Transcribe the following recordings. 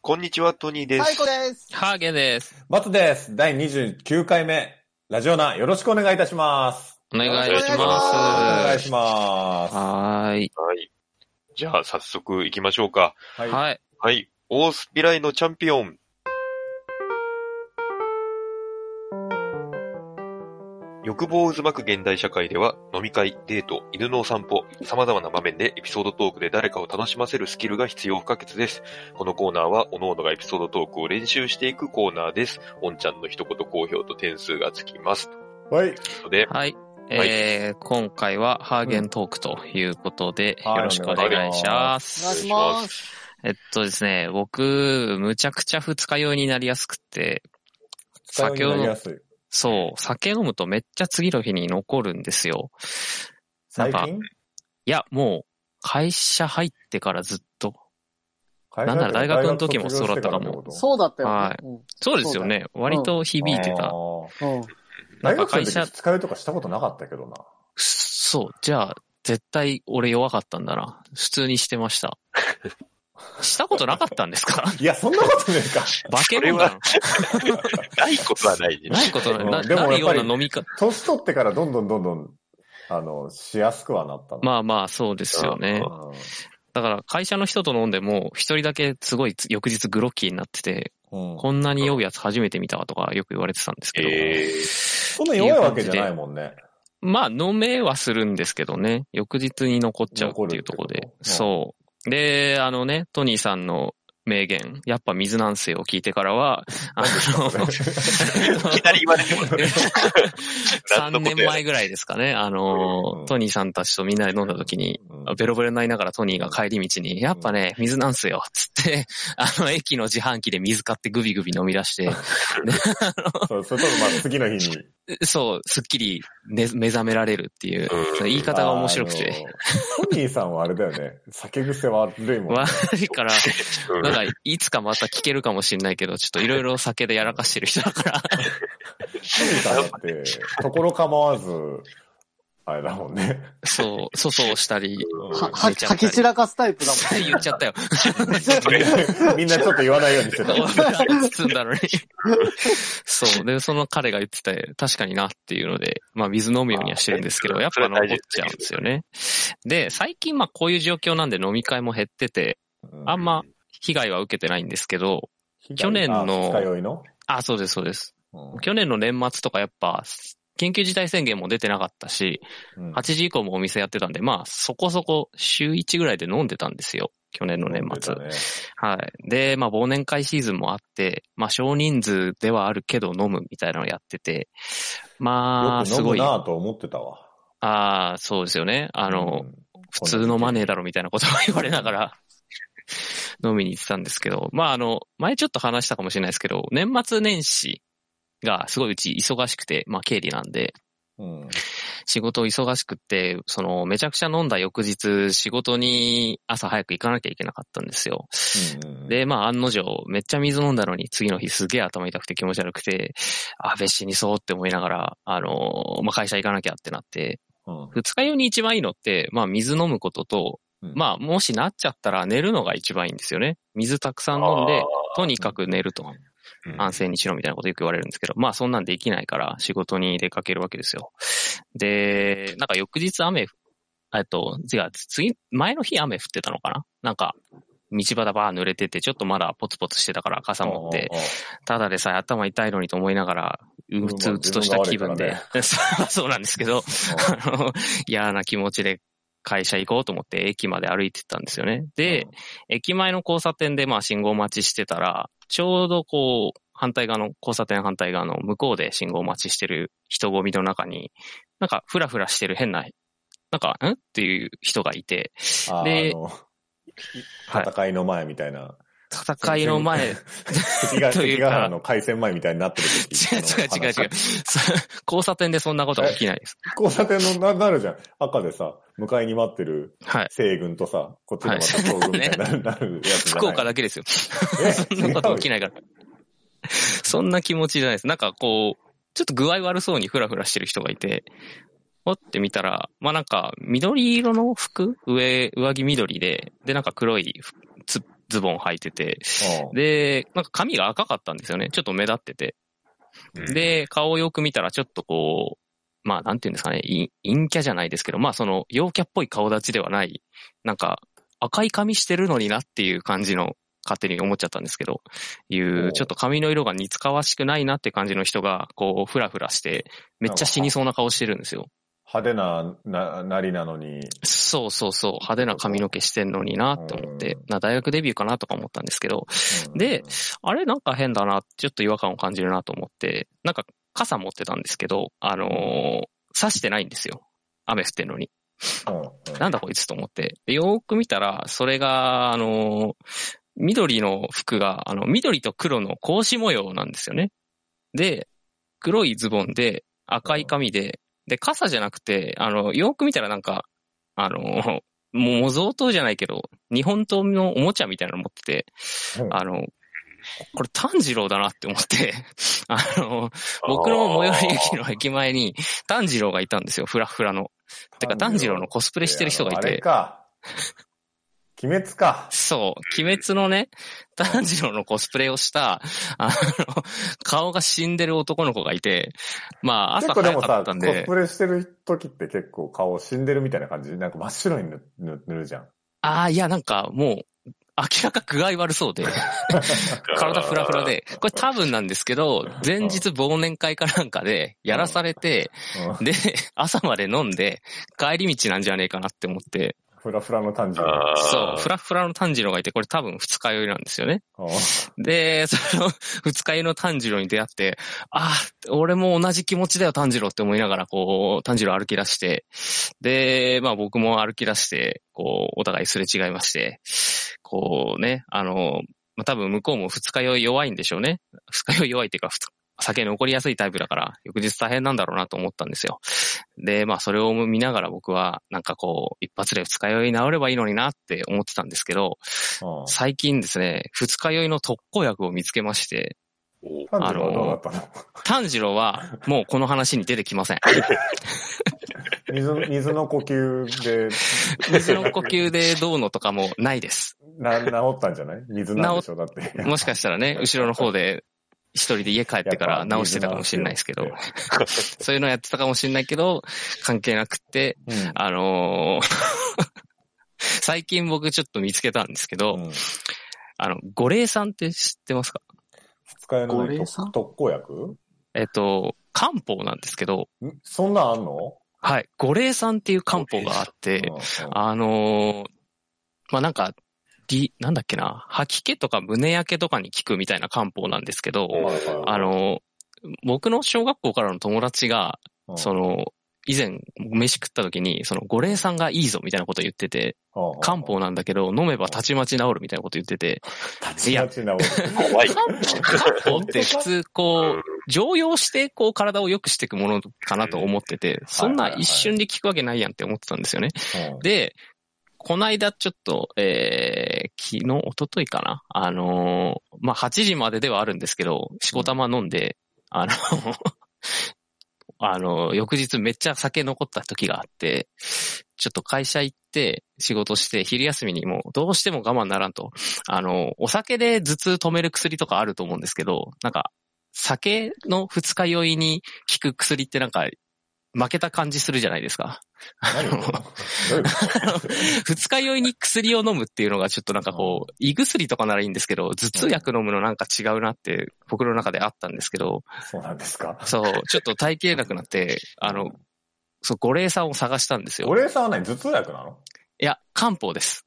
こんにちは、トニーです。最高です。ハーゲンです。松です。第29回目、ラジオナ、よろしくお願いいたします。お願よろいししくおお願まいす。しまはーい。はい。じゃあ、早速行きましょうか。す。はい。はい。はい。オースピライのチャンピオン。欲望を渦巻く現代社会では、飲み会、デート、犬のお散歩、様々な場面でエピソードトークで誰かを楽しませるスキルが必要不可欠です。このコーナーは、各々がエピソードトークを練習していくコーナーです。おんちゃんの一言好評と点数がつきます。はといい。うことで、はい。えー、今回はハーゲントークということで、うんよろしくお願いしまお願いす。します。えっとですね、僕、むちゃくちゃ二日酔いになりやすくって、酒になりをや、すい。そう、酒飲むとめっちゃ次の日に残るんですよ。なん最か、近いや、もう、会社入ってからずっと。海なんなら大学の時も大学卒そ業してうだったかもってことそうだったよね。はいそうですよね。割と響いてあた。ーうん。うん。な大んか学生の会社時使うとかしたことなかったけどな。そう。じゃあ、絶対俺弱かったんだな。普通にしてま した。したことなかったんですかいや、そんなことね えか。バケモンだ ないことはないでな。ないことない。なでもやっなぱりるような飲みか。年取ってからどんどんどんどん、あの、しやすくはなったの。まあまあ、そうですよね。だから、会社の人と飲んでも、一人だけすごい翌日グロッキーになってて、うん。うんこんなに酔うやつ初めて見たわとかよく言われてたんですけど。えそんな弱いわけじゃないもんね。まあ、飲めはするんですけどね。翌日に残っちゃうっていうところで。残るってことそう。で、あのね、トニーさんの名言、やっぱ水なんすよを聞いてからは、あの、 いきなり言われてもなん3のことや年前ぐらいですかね、あうの、んトニーさんたちとみんなで飲んだ時に、うん、ベロベロになりながらトニーが帰り道に、やっぱね、水なんすよ、つって、あの、駅の自販機で水買ってグビグビ飲み出して、そうそれともまあ次の日に。そう、すっきり、ね、目覚められるっていううん、その言い方が面白くて、 あの。トニーさんはあれだよね。酒癖悪いもんね。悪いから、うんなんか、いつかまた聞けるかもしれないけど、ちょっといろいろ酒でやらかしてる人だから、トニーさんだって、ところ構わず、あれだもん ね。そう、粗相したり、は、めは、ちゃはくちきゃ散らかすタイプだも言っちゃったよ。みんなちょっと言わないようにしてた。包んだのに。そう。で、その彼が言ってた、確かになっていうので、まあ水飲むようにはしてるんですけど、やっぱ残っちゃうんですよね。で、最近まあこういう状況なんで飲み会も減ってて、あんま被害は受けてないんですけど、去年のあ二日酔いの、あ、そうです、そうです。うん去年の年末とかやっぱ、緊急事態宣言も出てなかったし、うん8時以降もお店やってたんで、まあそこそこ週1ぐらいで飲んでたんですよ。去年の年末。飲んでたねはい。で、まあ、忘年会シーズンもあって、まあ、少人数ではあるけど飲むみたいなのをやってて、まあ、よくす飲ごむい、あなぁと思ってたわ。あー、そうですよね。あの、うん、普通のマネーだろみたいなことを言われながら、 飲みに行ってたんですけど、まあ、あの、前ちょっと話したかもしれないですけど、年末年始がすごいうち忙しくて、まあ、経理なんで、うん。仕事忙しくって、その、めちゃくちゃ飲んだ翌日、仕事に朝早く行かなきゃいけなかったんですよ。うん、で、まあ、案の定、めっちゃ水飲んだのに、次の日すげえ頭痛くて気持ち悪くて、あ、別死にそうって思いながら、あのーまあ、会社行かなきゃってなって、うん二日酔いに一番いいのって、まあ、水飲むことと、うんまあ、もしなっちゃったら寝るのが一番いいんですよね。水たくさん飲んで、とにかく寝ると。うん安静にしろみたいなことよく言われるんですけど、まあそんなんできないから仕事に出かけるわけですよ。で、なんか翌日雨、えっと、違う、次、前の日雨降ってたのかななんか、道端バー濡れてて、ちょっとまだポツポツしてたから傘持って、、ただでさえ頭痛いのにと思いながら、んうつうつとした気分でまあ、そう そうなんですけど、ああの嫌な気持ちで会社行こうと思って駅まで歩いてったんですよね。で、、駅前の交差点でまあ信号待ちしてたら、ちょうどこう、反対側の、交差点反対側の向こうで信号待ちしてる人混みの中に、なんかフラフラしてる変な、なんか、んっていう人がいて、うんで、ああはのい、戦いの前みたいな。戦いの前、違う関ヶというか関ヶ原の海戦前みたいになってる時。 違う違う違うう。。そう交差点でそんなことは起きないです。交差点のな、なるじゃん。赤でさ、迎えに待ってるはい。西軍とさ、こっちがまた東軍みたいになる,、なるやつじゃない。福岡だけですよ。えそんなこと起きないから。そんな気持ちじゃないです。なんかこう、ちょっと具合悪そうにフラフラしてる人がいて、おって見たら、まあなんか、緑色の服上、上着緑で、でなんか黒い、つ、ズボン履いてて、うんで、なんか髪が赤かったんですよね。ちょっと目立ってて。うんで、顔をよく見たらちょっとこう、まあなんていうんですかね、陰陰キャじゃないですけど、まあその陽キャっぽい顔立ちではない、なんか赤い髪してるのになっていう感じの勝手に思っちゃったんですけど、いおう、うちょっと髪の色が似つかわしくないなって感じの人が、こう、ふらふらして、めっちゃ死にそうな顔してるんですよ。派手なななりなのに、そうそうそう、派手な髪の毛してんのになって思ってうん、な大学デビューかなとか思ったんですけど、うんで、あれなんか変だな、ちょっと違和感を感じるなと思って、なんか傘持ってたんですけど、あのー差してないんですよ。雨降ってんのに。うんうんなんだこいつと思って。でよーく見たら、それが、あのー緑の服が、あの、緑と黒の格子模様なんですよね。で、黒いズボンで、赤い髪で、で、傘じゃなくて、あの、よーく見たらなんか、あのーもう模造刀じゃないけど、日本刀のおもちゃみたいなの持ってて、うんあの、これ炭治郎だなって思って、あの、僕の最寄り駅の駅前に炭治郎がいたんですよ、フラフラの。てか炭治郎のコスプレしてる人がいあれて、か。鬼滅か。そう、鬼滅のね、炭治郎のコスプレをした、あの、顔が死んでる男の子がいて、まあ結朝構で早もかさ、ったんコスでプ、レしてる時って結構顔死んでるみたいな感じなんか真っ白に塗塗塗るじゃん。ああ、いやなんかもう、明らか具合悪 そうで、体フラフラで、これ多分なんですけど、前日忘年会かなんかでやらされて、うんで、朝まで飲んで、帰り道なんじゃねえかなって思って、フラフラの炭治郎。あーそう、フラフラの炭治郎がいて、これ多分二日酔いなんですよね。うんで、その 二日酔いの炭治郎に出会って、ああ、俺も同じ気持ちだよ炭治郎って思いながら、こう、炭治郎歩き出して、で、まあ僕も歩き出して、こう、お互いすれ違いまして、こうね、あの、まあ多分向こうも二日酔い弱いんでしょうね。二日酔い弱いっていうか、二日酒残りやすいタイプだから、翌日大変なんだろうなと思ったんですよ。で、まあそれを見ながら僕は、なんかこう、一発で二日酔い治ればいいのになって思ってたんですけど、うん最近ですね、二日酔いの特効薬を見つけまして、お炭治郎はどうだったの炭治郎はもうこの話に出てきません。水水の呼吸で水の呼吸でどうのとかもないです。な治ったんじゃない水なんでしょだって。もしかしたらね、後ろの方で一人で家帰ってから直してたかもしれないですけど、そういうのやってたかもしれないけど、関係なくって、うんあのー 最近僕ちょっと見つけたんですけど、うんあの、五霊さんって知ってますか使えな五い苓特散特効薬えっと、漢方なんですけど、んそんなんあんのはい、五霊さんっていう漢方があって、うあのーまあ、なんか、り、なんだっけな、吐き気とか胸焼けとかに効くみたいな漢方なんですけど、んはいはいあのー僕の小学校からの友達が、うんその、以前、飯食った時に、その、五霊さんがいいぞみたいなこと言ってて、うん漢方なんだけど、飲めばたちまち治るみたいなこと言って て、いや、立ち直る 怖い。漢方って普通、こう、常用して、こう、体を良くしていくものかなと思ってて、そんな一瞬で効くわけないやんって思ってたんですよね。うんで、この間ちょっと、えー、昨日、一昨日かなあのーまあ、8時までではあるんですけど、しこたま飲んで、あの、 あの、翌日めっちゃ酒残った時があって、ちょっと会社行って仕事して昼休みにもうどうしても我慢ならんと、あの、お酒で頭痛止める薬とかあると思うんですけど、なんか、酒の二日酔いに効く薬ってなんか、負けた感じするじゃないですか。何どういうこと二日酔いに薬を飲むっていうのがちょっとなんかこう、胃薬とかならいいんですけど、頭痛薬飲むのなんか違うなって僕の中であったんですけど、そうなんですかそう、ちょっと耐えきれなくなって、あの、そう、五霊さんを探したんです五よ。苓散は何頭痛薬なのいや、漢方です。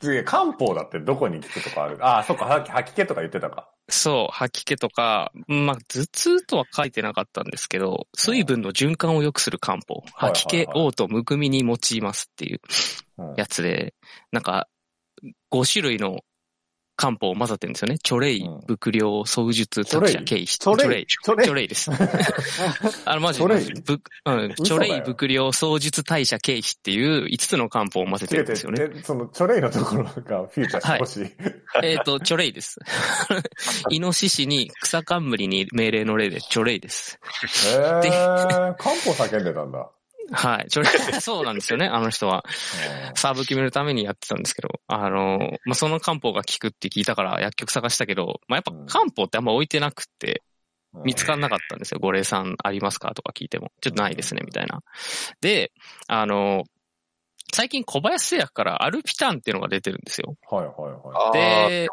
次、漢方だってどこに効くとかあるああ、そっか、さっき吐き気とか言ってたか。そう、吐き気とか、まあ、頭痛とは書いてなかったんですけど、水分の循環を良くする漢方、はいはい吐き気、嘔吐、むくみに用いますっていううんやつで、なんか、5種類の漢方を混ざってるんですよね。チョレイうん、伏量、創術、チョレ作イ者、経費、チチョレイチチョレイョレイです。 あの、マジでチョレイマジで。ぶうんチ嘘ョだよレイ、伏量、創術、代謝、経費っていう5つの漢方を混ぜてるんですよね。でその、チョレイのところがフィーチャーしてほし い。えっと、チョレイ です。イノシシに草冠に命令の例でチョレイです。へえー、漢方叫んでたんだ。はい。ちょ そうなんですよね、あの人は。サーブ決めるためにやってたんですけど、あの、まあ、その漢方が効くって聞いたから薬局探したけど、まあ、やっぱ漢方ってあんま置いてなくって、うん見つかんなかったんですよ。五霊さんありますかとか聞いても。ちょっとないですね、みたいな。で、あの、最近小林製薬からアルピタンっていうのが出てるんですよ。はいはいはあー、で、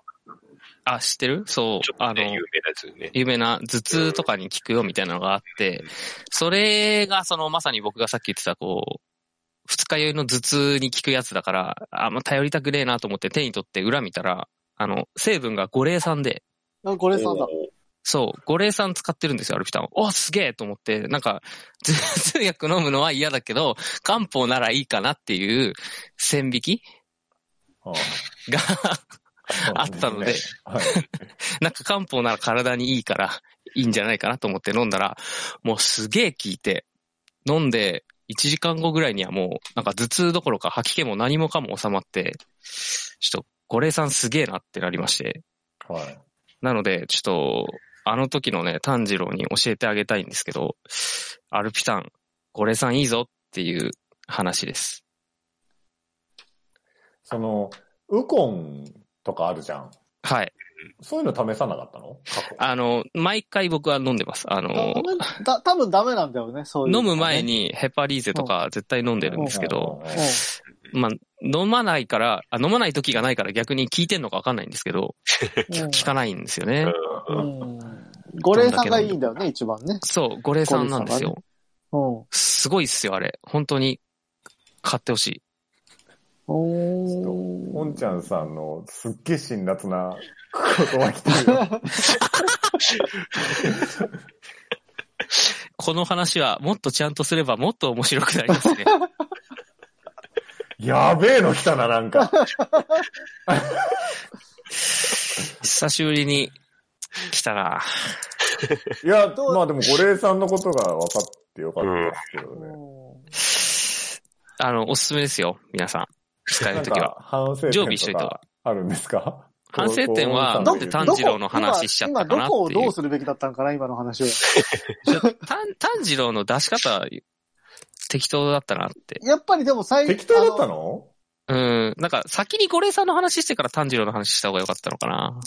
あ、知ってるそうちょ、っあとのね、有、名なやつね。有名な頭痛とかに効くよみたいなのがあって、それがそのまさに僕がさっき言ってたこう、二日酔いの頭痛に効くやつだから、あんま頼りたくねえなと思って手に取って裏見たら、あの、成分が五霊酸で、あ、これさんだ。そう、五霊酸使ってるんですよ、アルピタンは。おすげえと思って、なんか、頭痛薬飲むのは嫌だけど、漢方ならいいかなっていう線引きい。が、ああったので。はい。 なんか漢方なら体にいいから、いいんじゃないかなと思って飲んだら、もうすげえ効いて、飲んで、1時間後ぐらいにはもう、なんか頭痛どころか吐き気も何もかも収まって、ちょっと、五霊さんすげえなってなりまして。はい。なので、ちょっと、あの時のね、炭治郎に教えてあげたいんですけど、アルピタン、五霊さんいいぞっていう話です。その、ウコンとかあるじゃん。はい。そういうの試さなかったの過去。あの、毎回僕は飲んでます。あの、あごめんだ多分ダメなんだよね、そういうの飲ね、む前にヘパリーゼとか絶対飲んでるんですけど、うんうんうんうん。まあ、飲まないから、あ飲まない時がないから逆に聞いてんのかわかんないんですけど、 聞かないんですよね。うん。五霊さんがいいんだよね、一番ね。そう、五霊さんなんですよ。うん。すごいっすよ、あれ。本当に、買ってほしい。おおんちゃんさんのすっげえ辛辣な言葉来てるよ。この話はもっとちゃんとすればもっと面白くなり ますね。やべえの来たな、なんか。久しぶりに来たな。いや、どうまあでも、五霊さんのことが分かってよかったですけどね。あの、おすすめですよ、皆さん。使えなるんときは。か、反省常備しと点いとたかあるんですか反省点はこうなんでこう炭治郎の話しちゃったかなっていう今どこをどうするべきだったのかな、今の話は。炭炭治郎の出し方、適当だったなって。やっぱりでも最適当だったのうん。なんか、先に五霊さんの話してから炭治郎の話した方が良かったのかな。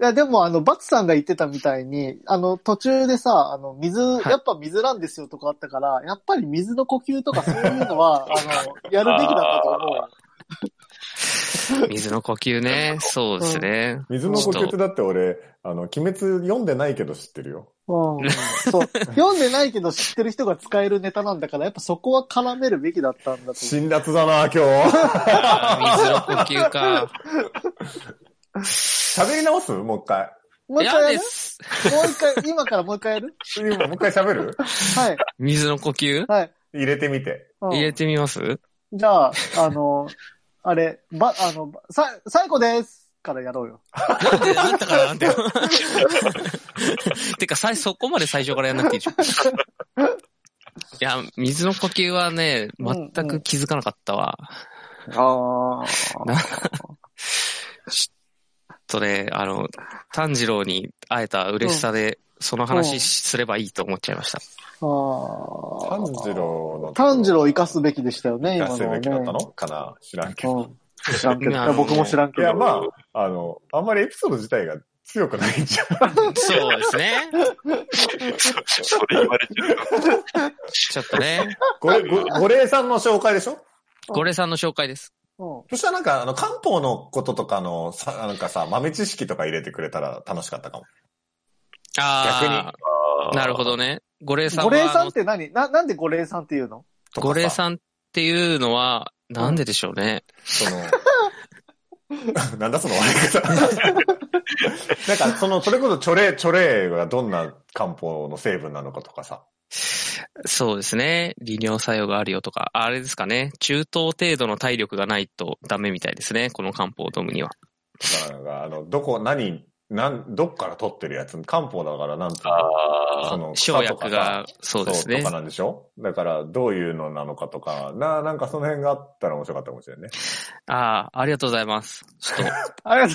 いや、でも、あの、バツさんが言ってたみたいに、あの、途中でさ、あの、水、いやっぱ水なんですよとかあったから、やっぱり水の呼吸とかそういうの は、あの、やるべきだったと思うよ。水の呼吸ね。 そうですね。水の呼吸ってだって俺、あの、鬼滅読んでないけど知ってるよ。うん、そう。読んでないけど知ってる人が使えるネタなんだから、やっぱそこは絡めるべきだったんだと思う。辛辣だな、今日。あー水の呼吸か。喋り直すもう一回。もう一回嫌やでるす。もう一回、今からもう一回やる今もう一回喋るはい。水の呼吸はい。入れてみて。うん入れてみますじゃあ、あの、あれ、ば、あの、ばさ、最後ですからやろうよ。なんで、なんだからなんだよ。 てか、さい、そこまで最初からやんなくていいじゃん。いや、水の呼吸はね、全く気づかなかったわ。あとね、あの、炭治郎に会えた嬉しさで、その話すればいいと思っちゃいました。あ。炭治。郎の。炭治郎を生かすべきでしたよね、生今の、かすね。べきだったのかな知らんけど。うん。知らんけいやど。僕も知らんいけど。や、まあ、あの、あんまりエピソード自体が強くないんじゃん。そうですね。それ言われてる。ちょっとね、これ、 ご五霊さんの紹介でしょゴレさんの紹介です。うんそしたらなんか、あの、漢方のこととかの、さ、なんかさ、豆知識とか入れてくれたら楽しかったかも。あああ、ー なるほ。どね。ゴレさんは五霊さあんのって何な、なんで五霊さんっていうのとか五霊ささんっていうのは、なんででしょうね。その、 なんだその笑い方。 なんか、その、それこそ、チョレイ、チョレイがどんな漢方の成分なのかとかさ。そうですね。利尿作用があるよとか、あれですかね。中等程度の体力がないとダメみたいですね。この漢方ドムには。だからなんか、あの、どこ、何なん、どっから取ってるやつ、漢方だからなんとか、あそあ、の生薬が、そうですねとか。なんでしょだから、どういうのなのかとか、な、なんかその辺があったら面白かったかもしれないね。ああ、ありがとうございます。ちょっありがとうご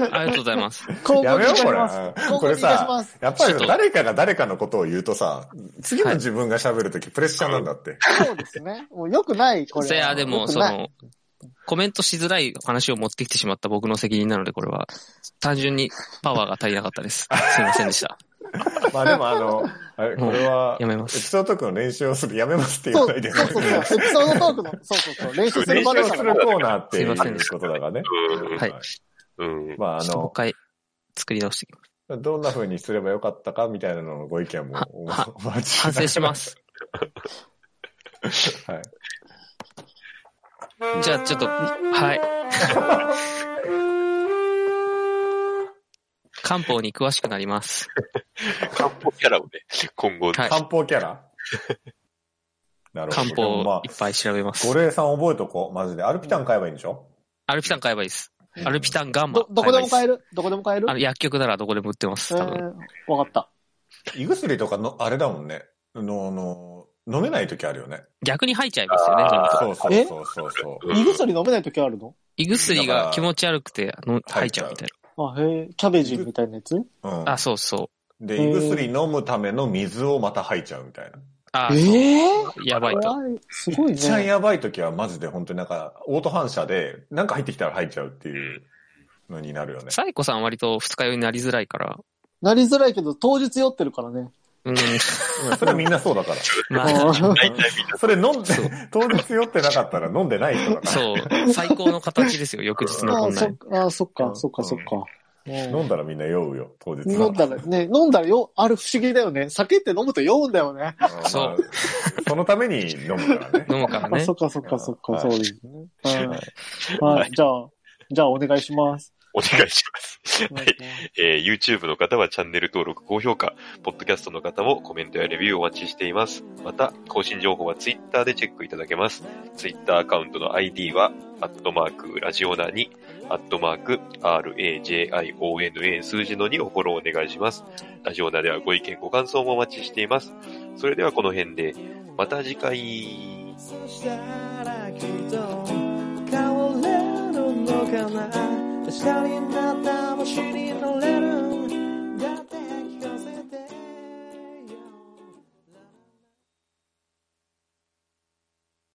ざいと、ありがとうござい ます。ます。今や後にめよ出う、しこれます。。今後これに出しさ、ます。やっぱちょっりと誰かが誰かのことを言うとさ、次のはい自分が喋るときプレッシャーなんだって。そうですね。もう良くない、これ。いや、でも、良くそないの、コメントしづらい話を持ってきてしまった僕の責任なので、これは、単純にパワーが足りなかった です。すいませんでした。まあでもあの、あれこれは、やめエまピす。ソードトークの練習をする、やめますって言そわうなそいうそうそう。エで。ピソードトークの、そうそうそう。練習する練場習ですするコーナーっていうすいませんでしことだからね。うんはいうんまああちょっともうの一、回、作り直してきます。どんな風にすればよかったかみたいなののご意見もはおは お待ち反省しま。す。はい。じゃあ、ちょっと、はい。漢方に詳しくなります。漢方キャラをね、今後、はい漢方キ ャラなるほ漢ど。でもま方あいっぱい調べます。五霊さん覚えとこう、マジで。アルピタン買えばいいんでしょアルピタン買えばいいです。アルピタンガンマど、どこでも買えるるどこでも買えるあの薬局ならどこでも売ってます。え多分。ーわかった。胃薬とかの、あれだもんね。の、の、飲めない時あるよね。逆に入っちゃいますよね。あーそうそうえそうそうそう。うん胃薬飲めない時あるの胃薬が気持ち悪くてあの入入っっちちゃゃううみたいあ、へえ、キャベジみたいなやつうんな。あ、そうそう。で、胃薬飲むための水をまた吐いちゃうみたいな。あ、ええそうやばいと。怖い。すごいめっちゃね。やばい時はマジで本当になんか、オート反射で、なんか入ってきたら入っちゃうっていうのになるよね。サイコさん割と二日酔いになりづらいから。なりづらいけど、当日酔ってるからね。うん。うんそれはみんなそうだから。まあ、大あ体みんなそれ飲んでそう、当日酔ってなかったら飲んでない人だかそう。最高の形ですよ、翌日のこあ、んそっなん。か、あそっうか、んそっか、そっか。ら。飲んだらみんな酔うよ、当日は飲んだら、ね、飲んだらよ、あれ不思議だよね。酒って飲むと酔うんだよね。うんまあそうそのために飲むから ね。飲むからあ、ねそ。っか、そっか、そっはか、いそうですね。ははいい。はい、じゃあ、じゃあお願いします。お願いします。はい。えー YouTube の方はチャンネル登録、高評価、Podcast の方もコメントやレビューお待ちしています。また、更新情報は Twitter でチェックいただけます。Twitter アカウントの ID は、アットマーク、ラジオナに、アットマーク、RAJIONA 数字の2をフォローお願いします。ラジオナではご意見、ご感想もお待ちしています。それではこの辺で、また次回。そしたらきっと変われるのかな確かになたも知り